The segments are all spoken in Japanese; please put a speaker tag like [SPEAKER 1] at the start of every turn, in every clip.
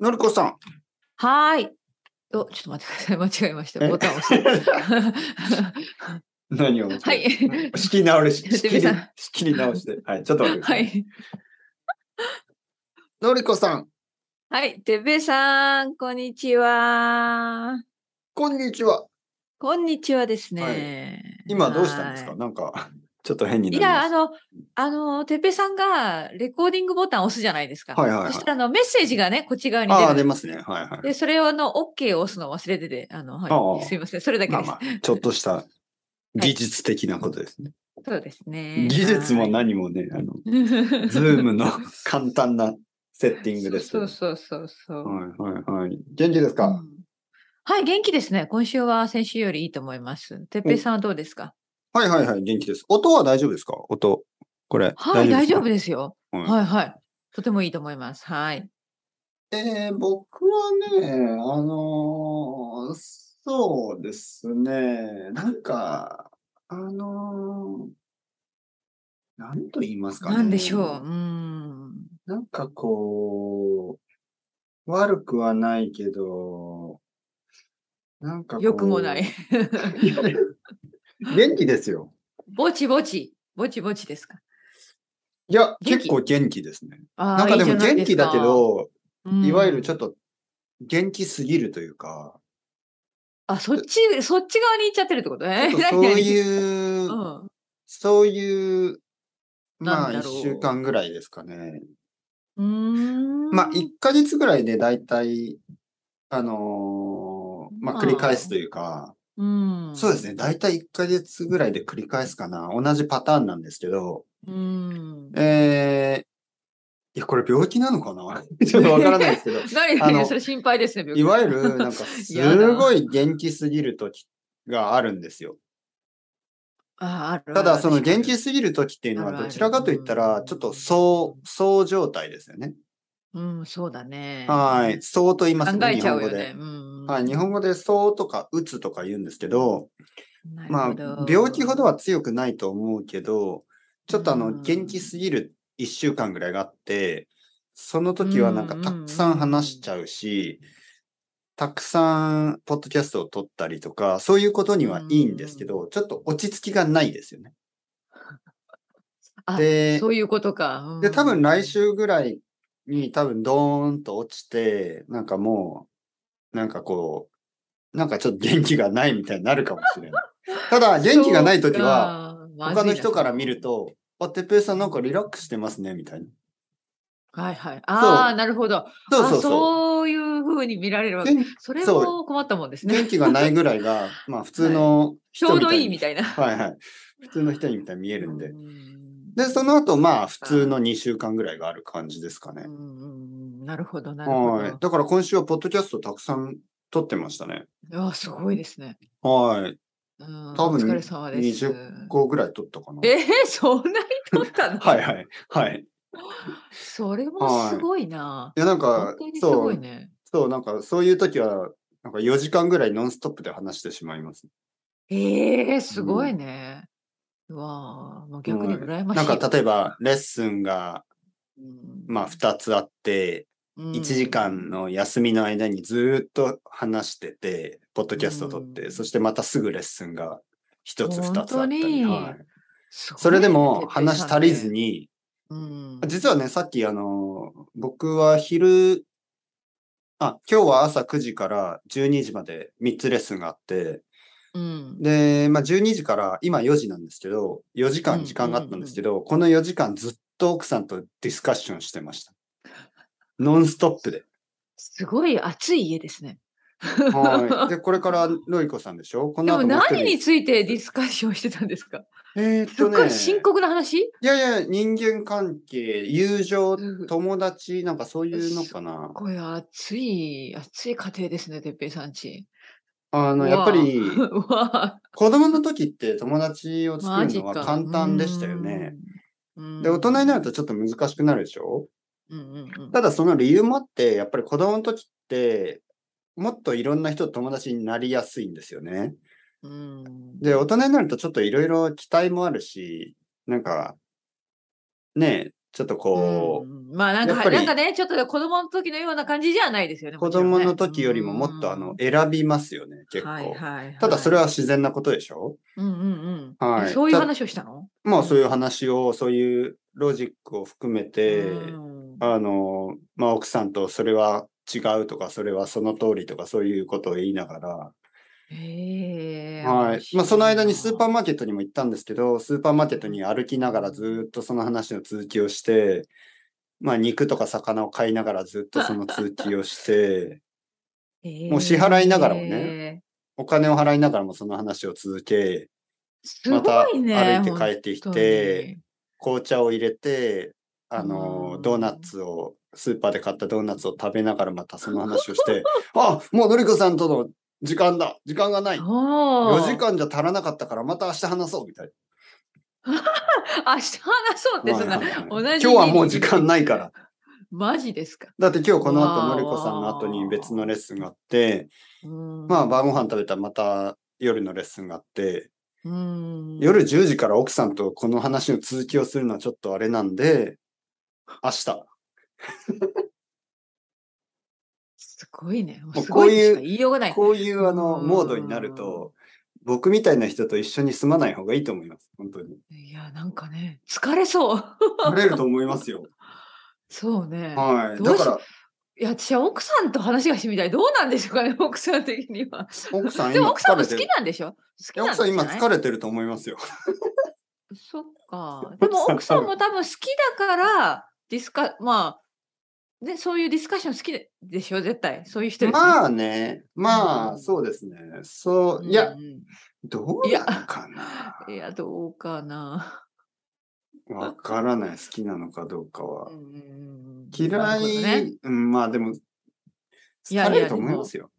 [SPEAKER 1] のりこさん。
[SPEAKER 2] はーい。お、ちょっと待ってください。間違 えました。
[SPEAKER 1] え
[SPEAKER 2] ボタン 押して。
[SPEAKER 1] 何を。
[SPEAKER 2] はい。。
[SPEAKER 1] 仕切り直 し、
[SPEAKER 2] やっ
[SPEAKER 1] 仕切
[SPEAKER 2] てみ
[SPEAKER 1] り
[SPEAKER 2] た、
[SPEAKER 1] 仕切り直して。はい、ちょっと待ってくださ。
[SPEAKER 2] はいい。
[SPEAKER 1] のりこさん、
[SPEAKER 2] はい。てっぺいさん、こんにちは。
[SPEAKER 1] こんにちは。
[SPEAKER 2] こんにちはですね。
[SPEAKER 1] 今どうしたんですか
[SPEAKER 2] は
[SPEAKER 1] なんか、ちょっと変に
[SPEAKER 2] い
[SPEAKER 1] なり
[SPEAKER 2] や、
[SPEAKER 1] ま
[SPEAKER 2] あ
[SPEAKER 1] し
[SPEAKER 2] の、あの、てっぺいさんがレコーディングボタンを押すじゃないですか。
[SPEAKER 1] はいはいはい
[SPEAKER 2] そしたら、あの、メッセージがね、こっち側に
[SPEAKER 1] た。ああ、
[SPEAKER 2] 出
[SPEAKER 1] 出
[SPEAKER 2] る。
[SPEAKER 1] ますね。はいはい。
[SPEAKER 2] で、それをあの、OK を押すの忘れてて、あの、
[SPEAKER 1] あ
[SPEAKER 2] は
[SPEAKER 1] あ
[SPEAKER 2] い。すいません。それだけ
[SPEAKER 1] まあ
[SPEAKER 2] です。
[SPEAKER 1] まあ、ちょっとした技術的なことですね。
[SPEAKER 2] そうですね。
[SPEAKER 1] 技術も
[SPEAKER 2] はい
[SPEAKER 1] 何もね、あの、ズ
[SPEAKER 2] ズ
[SPEAKER 1] ーム の簡単なセッティングですけ
[SPEAKER 2] そ
[SPEAKER 1] ど。
[SPEAKER 2] うそうそうそう。
[SPEAKER 1] はいはいはい。元気です
[SPEAKER 2] う
[SPEAKER 1] か、
[SPEAKER 2] んはい、元気ですね。今週は先週よりいいと思います。てっぺいさんはどうですか
[SPEAKER 1] はいはいはい、元気です。音は大丈夫ですか音。これ。
[SPEAKER 2] はい、大丈夫
[SPEAKER 1] です
[SPEAKER 2] ですよ。
[SPEAKER 1] か。はい
[SPEAKER 2] はい、はい。とてもいいと思います。はい。
[SPEAKER 1] えー僕はね、あのーそうですね、なんか、あのーなんと言いますかね。
[SPEAKER 2] なんでしょう。うーん。
[SPEAKER 1] なんかこう、悪くはないけど、なんかこう
[SPEAKER 2] よく もない。。
[SPEAKER 1] いや元気ですよ。
[SPEAKER 2] ぼちぼち、ぼちぼちですか。
[SPEAKER 1] いや、
[SPEAKER 2] 元気
[SPEAKER 1] 結構元気ですね。
[SPEAKER 2] あー
[SPEAKER 1] なんかでも元気だけ、ど、
[SPEAKER 2] い
[SPEAKER 1] いわゆるちょっ
[SPEAKER 2] と。
[SPEAKER 1] と元気すぎるというか、
[SPEAKER 2] あ、そっち、そっち側に行っちゃってるってことね。
[SPEAKER 1] ちょっとそういう
[SPEAKER 2] 何々。うん。
[SPEAKER 1] そういう、ま
[SPEAKER 2] な
[SPEAKER 1] あ、
[SPEAKER 2] んだ
[SPEAKER 1] 一
[SPEAKER 2] ろう
[SPEAKER 1] 週間ぐらいですかね。
[SPEAKER 2] うーん
[SPEAKER 1] まあ、一ヶ月ぐらいで大体、あのーま
[SPEAKER 2] ま
[SPEAKER 1] あ、
[SPEAKER 2] あ
[SPEAKER 1] 繰り返すというか、
[SPEAKER 2] うん。
[SPEAKER 1] そうですね。。大体一ヶ月ぐらいで繰り返すかな。同じパターンなんですけど、
[SPEAKER 2] うん。
[SPEAKER 1] えー、いや、これ病気なのかな ちょっとわからない ですけど、
[SPEAKER 2] 何
[SPEAKER 1] あの
[SPEAKER 2] それ心配ですね、病気
[SPEAKER 1] いわゆる、なんか、すごい元気すぎる時があるんですよ。
[SPEAKER 2] ああるあ
[SPEAKER 1] た
[SPEAKER 2] る
[SPEAKER 1] だ、その
[SPEAKER 2] 確か
[SPEAKER 1] 元
[SPEAKER 2] に
[SPEAKER 1] 気すぎる時っていうのは、
[SPEAKER 2] あるある
[SPEAKER 1] どちらかといったら、ちょっと、そう、そう状態ですよね。
[SPEAKER 2] うん、そうだね。
[SPEAKER 1] はい。。そうと言います
[SPEAKER 2] 考
[SPEAKER 1] ね、
[SPEAKER 2] え
[SPEAKER 1] 日
[SPEAKER 2] ちゃ
[SPEAKER 1] 本
[SPEAKER 2] う
[SPEAKER 1] 語
[SPEAKER 2] よ
[SPEAKER 1] で
[SPEAKER 2] ね。。うん、
[SPEAKER 1] はい、日本語でそうとかうつとか言うんですけど、
[SPEAKER 2] なる
[SPEAKER 1] ま
[SPEAKER 2] ほど
[SPEAKER 1] あ、病気ほどは強くないと思うけど、ちょっとあ
[SPEAKER 2] う
[SPEAKER 1] の、
[SPEAKER 2] ん
[SPEAKER 1] 元気すぎる1週間ぐらいがあって、その時はなんか
[SPEAKER 2] うんうん
[SPEAKER 1] た
[SPEAKER 2] うんうん
[SPEAKER 1] くさん話しちゃうし、たくさんポッドキャストを撮ったりとか、そういうことにはいいんですけど、ちょっと落ち着きがないですよね。
[SPEAKER 2] あ
[SPEAKER 1] で
[SPEAKER 2] そういうことか。
[SPEAKER 1] で、多分来週ぐらいに多分ドーンと落ちて、なんかもう、なんかこう、なんかちょっと元気がないみたいになるかもしれない。 ただ、元気がないときは、
[SPEAKER 2] そうか、
[SPEAKER 1] 他の人から見
[SPEAKER 2] と。
[SPEAKER 1] ると、あ、てっぺいさんなんかリラックスしてますね、みたいな。
[SPEAKER 2] はいはい。ああ、なるほど。
[SPEAKER 1] そうそう
[SPEAKER 2] あ
[SPEAKER 1] そう。
[SPEAKER 2] そういうふうに見られるわけ。
[SPEAKER 1] 元
[SPEAKER 2] それ
[SPEAKER 1] そ
[SPEAKER 2] も困ったもんです
[SPEAKER 1] 元
[SPEAKER 2] ね。
[SPEAKER 1] 気がないぐらい が、まあ普通の
[SPEAKER 2] ち
[SPEAKER 1] 人
[SPEAKER 2] ょう
[SPEAKER 1] み
[SPEAKER 2] ど
[SPEAKER 1] た
[SPEAKER 2] いいみたいな。
[SPEAKER 1] な。はいはい。普通の人みたいに見えるんで
[SPEAKER 2] う。ん
[SPEAKER 1] で、その後、まあ普通の2週間ぐらいがある感じですかね
[SPEAKER 2] う。んうんなるほど、なるほ
[SPEAKER 1] はい。
[SPEAKER 2] ど。
[SPEAKER 1] だから今週はポッドキャストたくさん撮ってましたね。
[SPEAKER 2] あすごいですね。
[SPEAKER 1] はい。
[SPEAKER 2] うん
[SPEAKER 1] 多分
[SPEAKER 2] お疲れ様です。
[SPEAKER 1] 20個ぐらい取ったかな。
[SPEAKER 2] えー、そんなに取った の
[SPEAKER 1] はいはい。はい。い
[SPEAKER 2] それもすごいな。
[SPEAKER 1] や、なんか
[SPEAKER 2] 本当、にす
[SPEAKER 1] そ、
[SPEAKER 2] ごいうね。
[SPEAKER 1] そう、なんか、そういう時は、なんか4時間ぐらいノンストップで話してしまいます。
[SPEAKER 2] ええすごいね。うわあ、もう逆
[SPEAKER 1] は
[SPEAKER 2] に
[SPEAKER 1] い
[SPEAKER 2] 羨まし。
[SPEAKER 1] ないんか、例えば、レッスンが、まあ、2つあって、
[SPEAKER 2] うん、
[SPEAKER 1] 1時間の休みの間にずーっと話してて、ポッドキャスト撮っ
[SPEAKER 2] う
[SPEAKER 1] て、
[SPEAKER 2] ん
[SPEAKER 1] そしてまたすぐレッスンが1つ、2つあった
[SPEAKER 2] 本当
[SPEAKER 1] り。
[SPEAKER 2] に
[SPEAKER 1] はい
[SPEAKER 2] すごいね。
[SPEAKER 1] それでも、話足りず
[SPEAKER 2] に。
[SPEAKER 1] に、
[SPEAKER 2] うん、
[SPEAKER 1] 実はね、さっきあの、僕は昼、あ、今日は朝9時から12時まで3つレッスンがあって、
[SPEAKER 2] うん、
[SPEAKER 1] で、まあ12時から今4時なんですけど、4時
[SPEAKER 2] う
[SPEAKER 1] 間
[SPEAKER 2] ん
[SPEAKER 1] 時間があったんですけど、この4時間ずっと奥さんとディスカッションしてました。ノンストップで。
[SPEAKER 2] すごい熱い家ですね。
[SPEAKER 1] はい。で、これからのりこさんでしょこ
[SPEAKER 2] で
[SPEAKER 1] の後
[SPEAKER 2] も
[SPEAKER 1] もう一人
[SPEAKER 2] 何についてディスカッションしてたんですか
[SPEAKER 1] えーっ
[SPEAKER 2] すっ
[SPEAKER 1] と
[SPEAKER 2] ご
[SPEAKER 1] ね、
[SPEAKER 2] い深刻な話
[SPEAKER 1] いやいや、人間関係、友情、
[SPEAKER 2] す
[SPEAKER 1] 友達、なんかそういうのかな。
[SPEAKER 2] ごい熱い、熱い家庭ですね、てっぺいさんち。
[SPEAKER 1] あの、やっぱり、
[SPEAKER 2] う わあ
[SPEAKER 1] 子供の時って友達を作
[SPEAKER 2] マ
[SPEAKER 1] る
[SPEAKER 2] ジ
[SPEAKER 1] のは
[SPEAKER 2] か。
[SPEAKER 1] 簡単でしたよね。
[SPEAKER 2] うん。
[SPEAKER 1] で、大人になるとちょっと難しくなるでしょ
[SPEAKER 2] うんうんうん、
[SPEAKER 1] ただその理由もあって、やっぱり子供の時って、もっといろんな人と友達になりやすいんですよね。
[SPEAKER 2] うん
[SPEAKER 1] で、大人になるとちょっといろいろ期待もあるし、なんか、ねえ、ちょっとこ
[SPEAKER 2] うんまあなんか
[SPEAKER 1] やっぱ
[SPEAKER 2] は、
[SPEAKER 1] り
[SPEAKER 2] なんかね、ちょっと子供の時のような感じじゃないですよ
[SPEAKER 1] う、
[SPEAKER 2] ね。
[SPEAKER 1] 子供の時よりももっとあの、選びますよね、結
[SPEAKER 2] 結構。はい
[SPEAKER 1] 構。
[SPEAKER 2] はいはい
[SPEAKER 1] ただそれは、自然なことでしょ
[SPEAKER 2] うんうんうん。
[SPEAKER 1] はい
[SPEAKER 2] えそういう話をしたの
[SPEAKER 1] まあそういう話を、そういうロジックを含めて、
[SPEAKER 2] うん
[SPEAKER 1] あの、まあ奥さんとそれは違うとか、それはその通りとか、そういうことを言いながら、
[SPEAKER 2] へえ
[SPEAKER 1] はい。まあ、その間にスーパー
[SPEAKER 2] ー
[SPEAKER 1] マーケットにも行ったんですけど、スーパーマーケットに歩きながらずーっとその話の続きをして、まあ、肉とか魚を買いながらずっとその続きを して、もう支払いながらもね。お金を払いながらもその話を続け、
[SPEAKER 2] すごいね。
[SPEAKER 1] また歩いて帰ってきて紅茶を入れて、あの
[SPEAKER 2] う
[SPEAKER 1] ー、
[SPEAKER 2] ん
[SPEAKER 1] ドーナツを、スーパーで買ったドーナツを食べながらまたその話を して、あ、もうのりこさんとの時間だ時間がない
[SPEAKER 2] 本当に。おー
[SPEAKER 1] 4時間じゃ足らなかったからまた明日話そうみたいな。
[SPEAKER 2] 明日話そうって、そんな、
[SPEAKER 1] はいはいはい
[SPEAKER 2] 同じ。
[SPEAKER 1] 今日はもう時間ないから。
[SPEAKER 2] マジですか。
[SPEAKER 1] だって今日この
[SPEAKER 2] わ
[SPEAKER 1] 後、
[SPEAKER 2] あ
[SPEAKER 1] のりこさんの後に別のレッスンがあって、ま
[SPEAKER 2] ま
[SPEAKER 1] あ、晩ご飯食べたらまた夜のレッスンがあって、
[SPEAKER 2] うん。
[SPEAKER 1] 夜10時から奥さんとこの話の続きをするのはちょっとあれなんで、明日。
[SPEAKER 2] すごいね。も
[SPEAKER 1] もう
[SPEAKER 2] うすご
[SPEAKER 1] こう
[SPEAKER 2] いに
[SPEAKER 1] いう
[SPEAKER 2] しか言いようがない。
[SPEAKER 1] こういうあの、
[SPEAKER 2] うん
[SPEAKER 1] モードになると、僕みたいな人と一緒に住まない方がいいと思います。本当 に。
[SPEAKER 2] いや、なんかね、疲れそう。
[SPEAKER 1] 慣れると思いますよ。
[SPEAKER 2] そうね。
[SPEAKER 1] はい。
[SPEAKER 2] ど
[SPEAKER 1] だ
[SPEAKER 2] うし
[SPEAKER 1] から、
[SPEAKER 2] いや、私は奥さんと話がしてみたい。どうなんでしょうかね、奥さん的には。
[SPEAKER 1] 奥さん
[SPEAKER 2] で
[SPEAKER 1] 今
[SPEAKER 2] も奥さんも
[SPEAKER 1] 疲れ
[SPEAKER 2] 好
[SPEAKER 1] て
[SPEAKER 2] き
[SPEAKER 1] る。
[SPEAKER 2] なんでしょ好き
[SPEAKER 1] いや
[SPEAKER 2] なん
[SPEAKER 1] 奥さ
[SPEAKER 2] じゃ
[SPEAKER 1] ん今
[SPEAKER 2] ない
[SPEAKER 1] 疲れてると思い ますよ。
[SPEAKER 2] そっか。でも
[SPEAKER 1] 奥
[SPEAKER 2] 奥
[SPEAKER 1] さ
[SPEAKER 2] さ
[SPEAKER 1] ん
[SPEAKER 2] んも多分好きだから、ディスカ、まあ、ね、そういうディスカッション好きででしょ絶対。そういう人ですね
[SPEAKER 1] まあね、ま
[SPEAKER 2] う
[SPEAKER 1] あ、
[SPEAKER 2] ん
[SPEAKER 1] そうですね。そう、いや
[SPEAKER 2] う、ん
[SPEAKER 1] どうなのかな。
[SPEAKER 2] いや、どうかな。
[SPEAKER 1] わからない、好きなのかどうかは。
[SPEAKER 2] うん
[SPEAKER 1] 嫌
[SPEAKER 2] なるほどね
[SPEAKER 1] い、うん、まあでも、
[SPEAKER 2] いや
[SPEAKER 1] 疲れると思いますよ。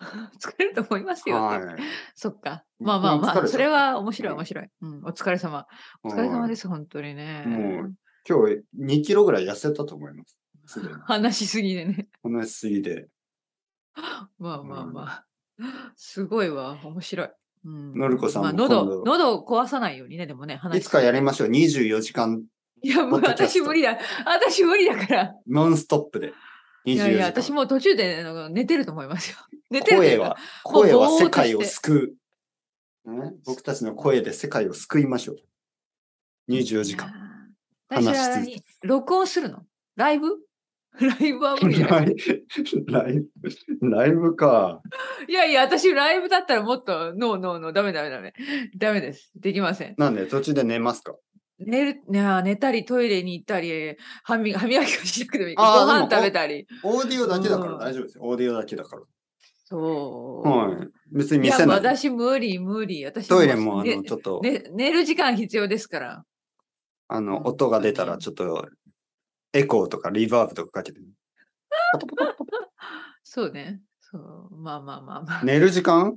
[SPEAKER 2] 疲れると思いますよ。
[SPEAKER 1] は
[SPEAKER 2] そっか。まあまあ
[SPEAKER 1] もう疲れ
[SPEAKER 2] ま
[SPEAKER 1] た
[SPEAKER 2] あ、それは面白い
[SPEAKER 1] うん
[SPEAKER 2] 面白い。うん、お疲れ様。
[SPEAKER 1] い。。
[SPEAKER 2] お疲れ様ですす、本当にね。
[SPEAKER 1] もう今日2キロぐらい痩せたと思います。す でに。
[SPEAKER 2] 話しすぎでね。
[SPEAKER 1] 話しすぎで。
[SPEAKER 2] まあまあまあ。すごいわ、面白い。うん
[SPEAKER 1] のりこさんも
[SPEAKER 2] まあ、
[SPEAKER 1] 今度
[SPEAKER 2] 喉、喉を壊さないようにね、でもね、話
[SPEAKER 1] いつかやり
[SPEAKER 2] ま
[SPEAKER 1] ましょう。24時間
[SPEAKER 2] いや、も
[SPEAKER 1] ポッ
[SPEAKER 2] う
[SPEAKER 1] ドキャス
[SPEAKER 2] 私
[SPEAKER 1] ト
[SPEAKER 2] 無理だ。私無理だから。
[SPEAKER 1] ノンストップで。24時間。
[SPEAKER 2] いやいや、私もう途中であの寝てると思いますよ。寝てるとい
[SPEAKER 1] 声
[SPEAKER 2] うか
[SPEAKER 1] は、声は
[SPEAKER 2] もうぼーっと
[SPEAKER 1] 世界を
[SPEAKER 2] して
[SPEAKER 1] 救う、ね。僕たちの声で世界を救いましょう。24時間。。
[SPEAKER 2] いやー私は
[SPEAKER 1] 話し続
[SPEAKER 2] 何録音するのライブ ライブは無理だ。
[SPEAKER 1] ラ イブ、ライブ ライブか。
[SPEAKER 2] いやいや、私ライブだったらもっと、ノーノーノー、ダメダメダメ。ダメです。できません。
[SPEAKER 1] なんで、途中で寝ますか
[SPEAKER 2] 寝る、いや寝たり、トイレに行ったり、歯磨歯磨きをしなくてもいい。ご
[SPEAKER 1] あーでも
[SPEAKER 2] 飯食べたり。
[SPEAKER 1] オーディオだけだか
[SPEAKER 2] う
[SPEAKER 1] ら
[SPEAKER 2] ん
[SPEAKER 1] 大丈夫ですよ。オーディオだけだから。
[SPEAKER 2] そう。
[SPEAKER 1] はい。別に
[SPEAKER 2] い
[SPEAKER 1] 見
[SPEAKER 2] や、
[SPEAKER 1] せない。
[SPEAKER 2] 私無理無理。私
[SPEAKER 1] トイレも、あ
[SPEAKER 2] ね
[SPEAKER 1] の、ちょっと、
[SPEAKER 2] ね、寝る時間必要ですから。
[SPEAKER 1] あ
[SPEAKER 2] う
[SPEAKER 1] の、
[SPEAKER 2] ん
[SPEAKER 1] 音が出たら、ちょっと、エコーとかリバーブとかかけて。
[SPEAKER 2] そうね。そう。まあまあまあまあ。
[SPEAKER 1] 寝る時間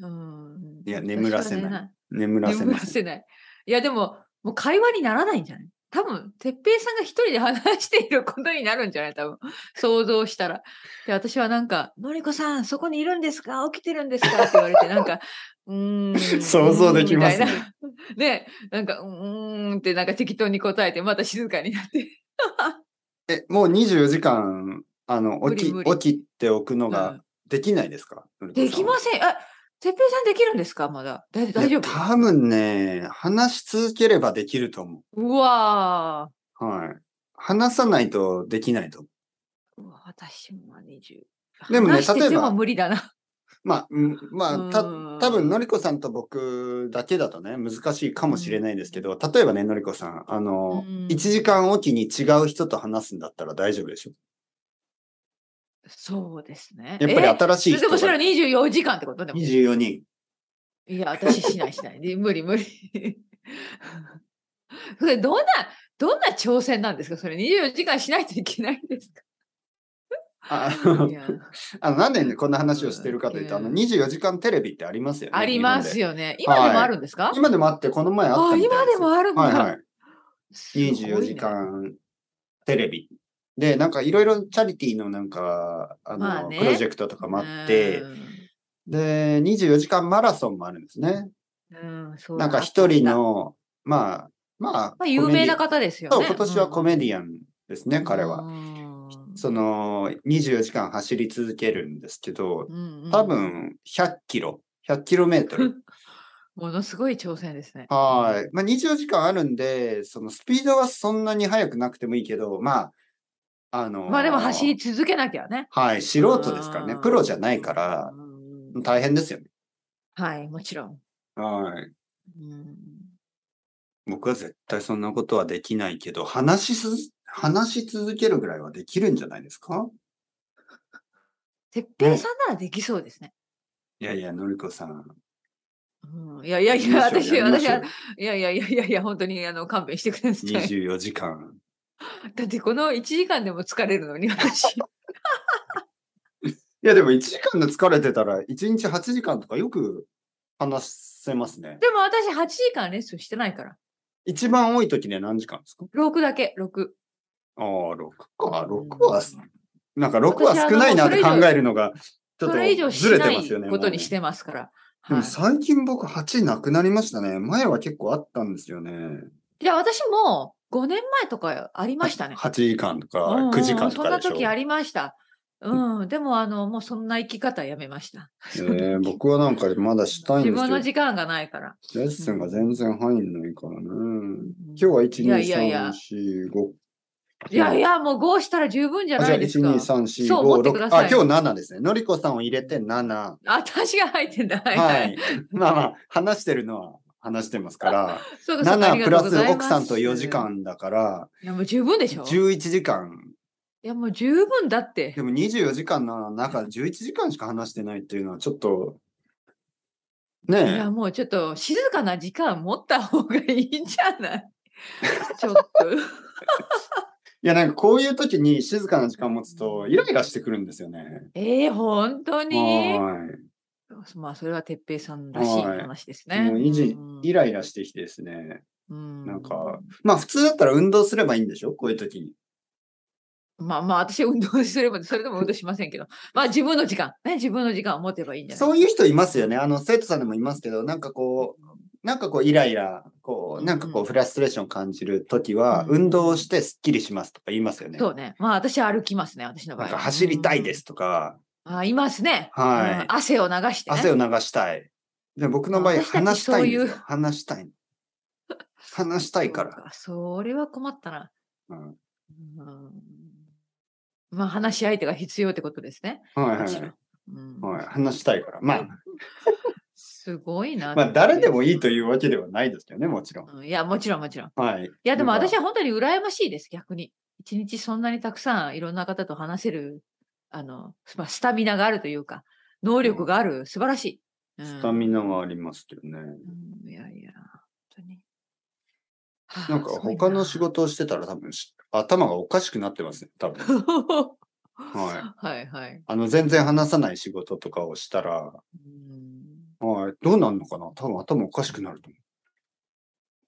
[SPEAKER 2] うん。
[SPEAKER 1] いや眠らせない
[SPEAKER 2] 私は寝
[SPEAKER 1] 眠らせ
[SPEAKER 2] 眠
[SPEAKER 1] ま
[SPEAKER 2] ら
[SPEAKER 1] す。
[SPEAKER 2] せない。いや、でも、もう会話にならないんじゃない多分、哲平さんが一人で話していることになるんじゃない多分、想像したら。で、私はなんか、のりこさん、そこにいるんですか起きてるんですかって言われて、なんか、うーん。
[SPEAKER 1] 想像できますね
[SPEAKER 2] みたいな。 ね、なんか、うーんって、なんか適当に答えて、また静かになって。
[SPEAKER 1] え、もう24時間、あの、起き、
[SPEAKER 2] 無理無理
[SPEAKER 1] 起きておくの
[SPEAKER 2] う
[SPEAKER 1] が
[SPEAKER 2] ん
[SPEAKER 1] できないですか
[SPEAKER 2] できま
[SPEAKER 1] ん。
[SPEAKER 2] せん。あ、哲平さんできるんですかまだ。だ大
[SPEAKER 1] い
[SPEAKER 2] 丈
[SPEAKER 1] や
[SPEAKER 2] 夫
[SPEAKER 1] 多分ね、話し続ければできると思
[SPEAKER 2] うわー
[SPEAKER 1] う。はい。話さないとできないと思
[SPEAKER 2] うわ。私も20。
[SPEAKER 1] でもね
[SPEAKER 2] 話して
[SPEAKER 1] 例えば
[SPEAKER 2] ても無理だな。
[SPEAKER 1] う。まあ、うんまあ、た、
[SPEAKER 2] うん
[SPEAKER 1] 多分のりこさんと僕だけだとね、難しいかもしれないですけど、例えばね、のりこさん、あの、
[SPEAKER 2] うん
[SPEAKER 1] 1時間おきに違う人と話すんだったら大丈夫でしょ
[SPEAKER 2] そうですね。
[SPEAKER 1] やっぱり
[SPEAKER 2] え
[SPEAKER 1] 新しい
[SPEAKER 2] それで
[SPEAKER 1] 人
[SPEAKER 2] もそれ
[SPEAKER 1] が
[SPEAKER 2] は24時間ってことでも。い
[SPEAKER 1] 24人。
[SPEAKER 2] や、私しないしない。で無理無 理。それどんな、どんな挑戦なんですかそれ24時間しないといけないんです
[SPEAKER 1] ああ
[SPEAKER 2] か
[SPEAKER 1] の
[SPEAKER 2] いや
[SPEAKER 1] あの、なんでねこんな話をしてるかというと、あの、
[SPEAKER 2] うん
[SPEAKER 1] 24時間テレビってありますよね。
[SPEAKER 2] ありますよね。
[SPEAKER 1] 日本
[SPEAKER 2] 今
[SPEAKER 1] で
[SPEAKER 2] でもあるんですか、
[SPEAKER 1] 日本で。今でもあって、この前あった
[SPEAKER 2] あ、
[SPEAKER 1] みた
[SPEAKER 2] 今
[SPEAKER 1] いで
[SPEAKER 2] です
[SPEAKER 1] よ。
[SPEAKER 2] もあるんだ。
[SPEAKER 1] はいはい。
[SPEAKER 2] すごいね
[SPEAKER 1] 24時。間テレビ。で、なんかいろいろチャリティーのなんか、あの、
[SPEAKER 2] まあね
[SPEAKER 1] プロジェクトとかもあって
[SPEAKER 2] う、ん
[SPEAKER 1] で、24時間マラソンもあるんですね。
[SPEAKER 2] うん、そう
[SPEAKER 1] なんか一人、の、まあ、まあ、
[SPEAKER 2] まあ、有名な
[SPEAKER 1] コ
[SPEAKER 2] 方です
[SPEAKER 1] メディ
[SPEAKER 2] よね。
[SPEAKER 1] そう、今年はコメディアンですね、
[SPEAKER 2] うん
[SPEAKER 1] 彼
[SPEAKER 2] う
[SPEAKER 1] は。
[SPEAKER 2] ん
[SPEAKER 1] その、24時間走り続けるんですけど、
[SPEAKER 2] うんうん
[SPEAKER 1] 多分100キロ、100キロメートル。
[SPEAKER 2] ものすごい挑戦ですね。
[SPEAKER 1] はい。まあ、24時間あるんで、そのスピードはそんなに速くなくてもいいけど、まあ、あの
[SPEAKER 2] まあでも走り続けなきゃね。
[SPEAKER 1] はい、素人ですからね。プロじゃないから
[SPEAKER 2] う、ん
[SPEAKER 1] 大変ですよね。
[SPEAKER 2] はい、もちろん。
[SPEAKER 1] はい。
[SPEAKER 2] うん
[SPEAKER 1] 僕は絶対そんなことはできないけど、話しす、話し続けるぐらいはできるんじゃないですか
[SPEAKER 2] 哲平さんならできそうですね。
[SPEAKER 1] いやいや、のりこさん。
[SPEAKER 2] うんいやいやいや、
[SPEAKER 1] やりましょう
[SPEAKER 2] 私、
[SPEAKER 1] やりまし
[SPEAKER 2] 私
[SPEAKER 1] ょ
[SPEAKER 2] は
[SPEAKER 1] う、
[SPEAKER 2] いやいやいやいやいや、本当にあの勘弁してください。
[SPEAKER 1] 24時間。
[SPEAKER 2] だってこの1時間でも疲れるのに、私。
[SPEAKER 1] いや、でも1時間で疲れてたら、1日8時間とかよく話せますね。
[SPEAKER 2] でも私8時間レッスンしてないから。
[SPEAKER 1] 一番多い時には何時間ですか
[SPEAKER 2] 6だけ、6。
[SPEAKER 1] ああ、6か。6は、なんか6は
[SPEAKER 2] 私あの
[SPEAKER 1] 少ないなって考
[SPEAKER 2] それ以上
[SPEAKER 1] えるのが、ちょっ
[SPEAKER 2] そ
[SPEAKER 1] と
[SPEAKER 2] れ以上
[SPEAKER 1] ず
[SPEAKER 2] し
[SPEAKER 1] れ
[SPEAKER 2] な
[SPEAKER 1] てますよね。
[SPEAKER 2] いことに
[SPEAKER 1] もう
[SPEAKER 2] してますから。
[SPEAKER 1] で
[SPEAKER 2] は
[SPEAKER 1] も
[SPEAKER 2] い
[SPEAKER 1] 最近僕8なくなりましたね。前は結構あったんですよね。
[SPEAKER 2] いや、私も5年前とかありましたね。
[SPEAKER 1] 8時間とか
[SPEAKER 2] うんうん
[SPEAKER 1] 9時間と
[SPEAKER 2] そん
[SPEAKER 1] か
[SPEAKER 2] な
[SPEAKER 1] でしょ。
[SPEAKER 2] 時ありました。うん、でもあの、もうそんな生き方やめました。
[SPEAKER 1] えー僕はなんかまだしたい
[SPEAKER 2] 自
[SPEAKER 1] んです
[SPEAKER 2] 分
[SPEAKER 1] けど
[SPEAKER 2] の、時間がないから。
[SPEAKER 1] レッスンが全然入んないからね。今日
[SPEAKER 2] 日
[SPEAKER 1] はい
[SPEAKER 2] やいやい
[SPEAKER 1] 1、2、3
[SPEAKER 2] や、
[SPEAKER 1] 4、5。
[SPEAKER 2] いやいや、もう5したら十分じゃ
[SPEAKER 1] あ、じ
[SPEAKER 2] な
[SPEAKER 1] ゃあ
[SPEAKER 2] いです
[SPEAKER 1] 1、
[SPEAKER 2] か。
[SPEAKER 1] 2、3、4、
[SPEAKER 2] そう持って
[SPEAKER 1] 5、
[SPEAKER 2] くだ
[SPEAKER 1] 6。
[SPEAKER 2] さい
[SPEAKER 1] あ、今日7ですね。のりこさんを入れて7。
[SPEAKER 2] あ私が入ってんだ。はいは。
[SPEAKER 1] はいい。まあまあ、話してるのは話してますから、
[SPEAKER 2] そうかそう かあり
[SPEAKER 1] 7
[SPEAKER 2] が
[SPEAKER 1] プラ
[SPEAKER 2] とうご
[SPEAKER 1] ス
[SPEAKER 2] ざい
[SPEAKER 1] 奥さんと
[SPEAKER 2] ます
[SPEAKER 1] 4時。間だから、
[SPEAKER 2] いや、もう十分でしょい
[SPEAKER 1] 11時間
[SPEAKER 2] や、もう十分だって
[SPEAKER 1] で。も24時間の中で11時間しか話してないっていうのはちょっと、
[SPEAKER 2] い
[SPEAKER 1] ね
[SPEAKER 2] や、もうちょっと静かな時間持った方がいいんじゃない ちょっと。
[SPEAKER 1] え。いや、なんかこういう時に静かな時間持つとイライラしてくるんですよね。
[SPEAKER 2] ええ本当に
[SPEAKER 1] は
[SPEAKER 2] まあ、それは哲平さんらしい
[SPEAKER 1] はい
[SPEAKER 2] 話です
[SPEAKER 1] い。
[SPEAKER 2] ね。
[SPEAKER 1] もうイジ
[SPEAKER 2] うん
[SPEAKER 1] イライラしてきてですね。
[SPEAKER 2] な
[SPEAKER 1] なんか、まあ普通だったら運動すればいいんでしょこういう時に。
[SPEAKER 2] まあまあ、私運動すれば、それでも運動しません けど、まあ自分の時間、ね、自分の時間を持てばいいんじゃない
[SPEAKER 1] そういう人いますよね。あの生徒さんでもいますけど、なんかこう、なんかこうイライラ、こう、なんかこ
[SPEAKER 2] う
[SPEAKER 1] うんフラストレーション感じる時は、
[SPEAKER 2] うん
[SPEAKER 1] 運動してスッキリしますとか言いますよね。
[SPEAKER 2] そうね。まあ私は歩きますね、私の場
[SPEAKER 1] なん
[SPEAKER 2] 合は。
[SPEAKER 1] か走りたいですとか、
[SPEAKER 2] うん。あいますね。
[SPEAKER 1] はい
[SPEAKER 2] うん汗を流して、ね。
[SPEAKER 1] 汗を流したい。で僕の場合、
[SPEAKER 2] 私たち
[SPEAKER 1] 話したいんですよ
[SPEAKER 2] そういう
[SPEAKER 1] 話したいの。話したいか
[SPEAKER 2] そう
[SPEAKER 1] ら。
[SPEAKER 2] それは困ったな。
[SPEAKER 1] うん
[SPEAKER 2] うんまあ話し相手が必要ってことですね。
[SPEAKER 1] はいはい
[SPEAKER 2] もち
[SPEAKER 1] は
[SPEAKER 2] ろん
[SPEAKER 1] い、
[SPEAKER 2] うん
[SPEAKER 1] はい。話したいから。まあ、
[SPEAKER 2] すごいな。
[SPEAKER 1] まあ、誰でもいいと
[SPEAKER 2] う。
[SPEAKER 1] いうわけではないですけどね、もちろん。
[SPEAKER 2] うんいや、もちろんもちろん。
[SPEAKER 1] はい。い
[SPEAKER 2] いや、でも私
[SPEAKER 1] は。
[SPEAKER 2] は本当に羨ましいです、逆に。一日そんなにたくさんいろんな方と話せる、あの、まあ、スタミナがあるというか、能力がある、素晴らしい。うん
[SPEAKER 1] スタミナはありますけどね。
[SPEAKER 2] うんいやいや、本当に。はあ
[SPEAKER 1] なんか他の 仕。事をしてたら多分し頭がおかしくなってますね、多分。
[SPEAKER 2] すごい
[SPEAKER 1] は
[SPEAKER 2] なはいはい。
[SPEAKER 1] あの、全然話さない仕事とかをしたら、
[SPEAKER 2] うん
[SPEAKER 1] はい。どうなるのかな多分頭おかしくなると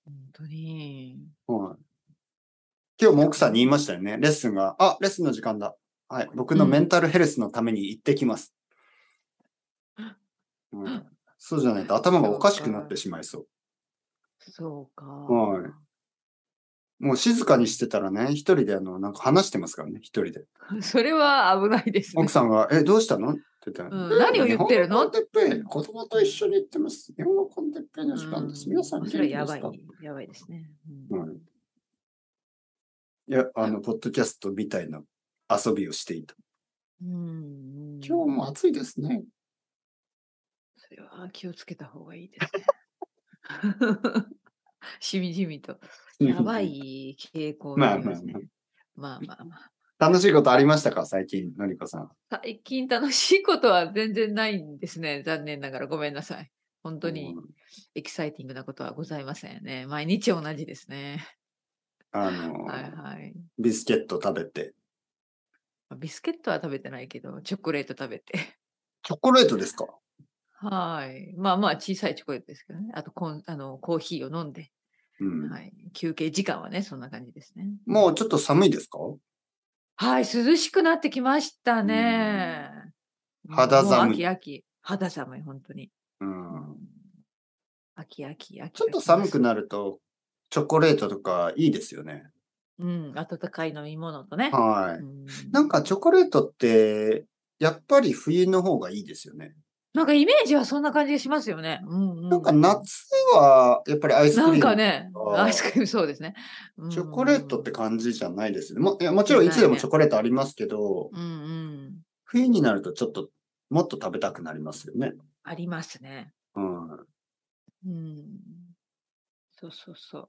[SPEAKER 2] 本当に。
[SPEAKER 1] 思う。はい。今日も奥さんに言いましたよね。レッスンが、あ、レッスンの時間だ。はい。僕のメンタルヘルスのために行ってきます。 うん、そうじゃないと頭がおかしくなってしまいそう。
[SPEAKER 2] そうか。
[SPEAKER 1] はいもう静かにしてたらね、一人であの、なんか話してますからね、一人で。
[SPEAKER 2] それは危ないですね。
[SPEAKER 1] 奥さんが、え、どうしたのって言ったら、
[SPEAKER 2] うん何を言ってるの
[SPEAKER 1] 日本のコンテッペイ子供と一緒に行ってます。日本のコンテッペイの時間です。
[SPEAKER 2] うん
[SPEAKER 1] 皆さん元
[SPEAKER 2] そ
[SPEAKER 1] 気
[SPEAKER 2] れは
[SPEAKER 1] です
[SPEAKER 2] やば
[SPEAKER 1] か
[SPEAKER 2] い、やばいですね。うん
[SPEAKER 1] うんいや、あの、ポッドキャストみたいな遊びをしていた。
[SPEAKER 2] うん
[SPEAKER 1] 今日も暑いですね。
[SPEAKER 2] それは気をつけた方がいいですね。 しみじみと。やば。い傾向がありますね。まあまあまあ。
[SPEAKER 1] 楽しいことありましたか最近、のりこさん。
[SPEAKER 2] 最近楽しいことは全然ないんですね。残念ながらごめんなさい。本当に
[SPEAKER 1] うん。
[SPEAKER 2] エキサイティングなことはございませんね。毎日同じですね。
[SPEAKER 1] あの、
[SPEAKER 2] はいはい。
[SPEAKER 1] ビスケット食べて。
[SPEAKER 2] まあビスケットは食べてないけど、チョコレート食べて。
[SPEAKER 1] チョコレートですか
[SPEAKER 2] はい。まあまあ小さいチョコレートですけどね。あとコンあのコーヒーを飲んで、
[SPEAKER 1] うん。
[SPEAKER 2] はい。休憩時間はね、そんな感じですね。
[SPEAKER 1] もうちょっと寒いですか
[SPEAKER 2] はい、涼しくなってきましたね。うん
[SPEAKER 1] 肌
[SPEAKER 2] もう
[SPEAKER 1] 寒い
[SPEAKER 2] 秋秋。肌寒い、本当に。
[SPEAKER 1] うん。
[SPEAKER 2] 秋秋秋。
[SPEAKER 1] ちょっと寒く
[SPEAKER 2] な
[SPEAKER 1] なると、チョコレートとかいいですよね。
[SPEAKER 2] うん、温かい飲み物とね。
[SPEAKER 1] は
[SPEAKER 2] う
[SPEAKER 1] い。
[SPEAKER 2] ん
[SPEAKER 1] なんかチョコレートって、やっぱり冬の方がいいですよね。
[SPEAKER 2] なんかイメージはそんな感じがしますよね。うんうん、
[SPEAKER 1] なんか夏は、やっぱりアイスクリー
[SPEAKER 2] な
[SPEAKER 1] ム。
[SPEAKER 2] んかね
[SPEAKER 1] と、か
[SPEAKER 2] アイスクリームそうですね。うん
[SPEAKER 1] チョコレートって感じじゃないですね。もいやもちろんいつでもチョコレートありますけど、
[SPEAKER 2] うんうん。
[SPEAKER 1] 冬になるとちょっともっと食べたくなりますよね。
[SPEAKER 2] ありますね。
[SPEAKER 1] うん。
[SPEAKER 2] うん。そうそうそう。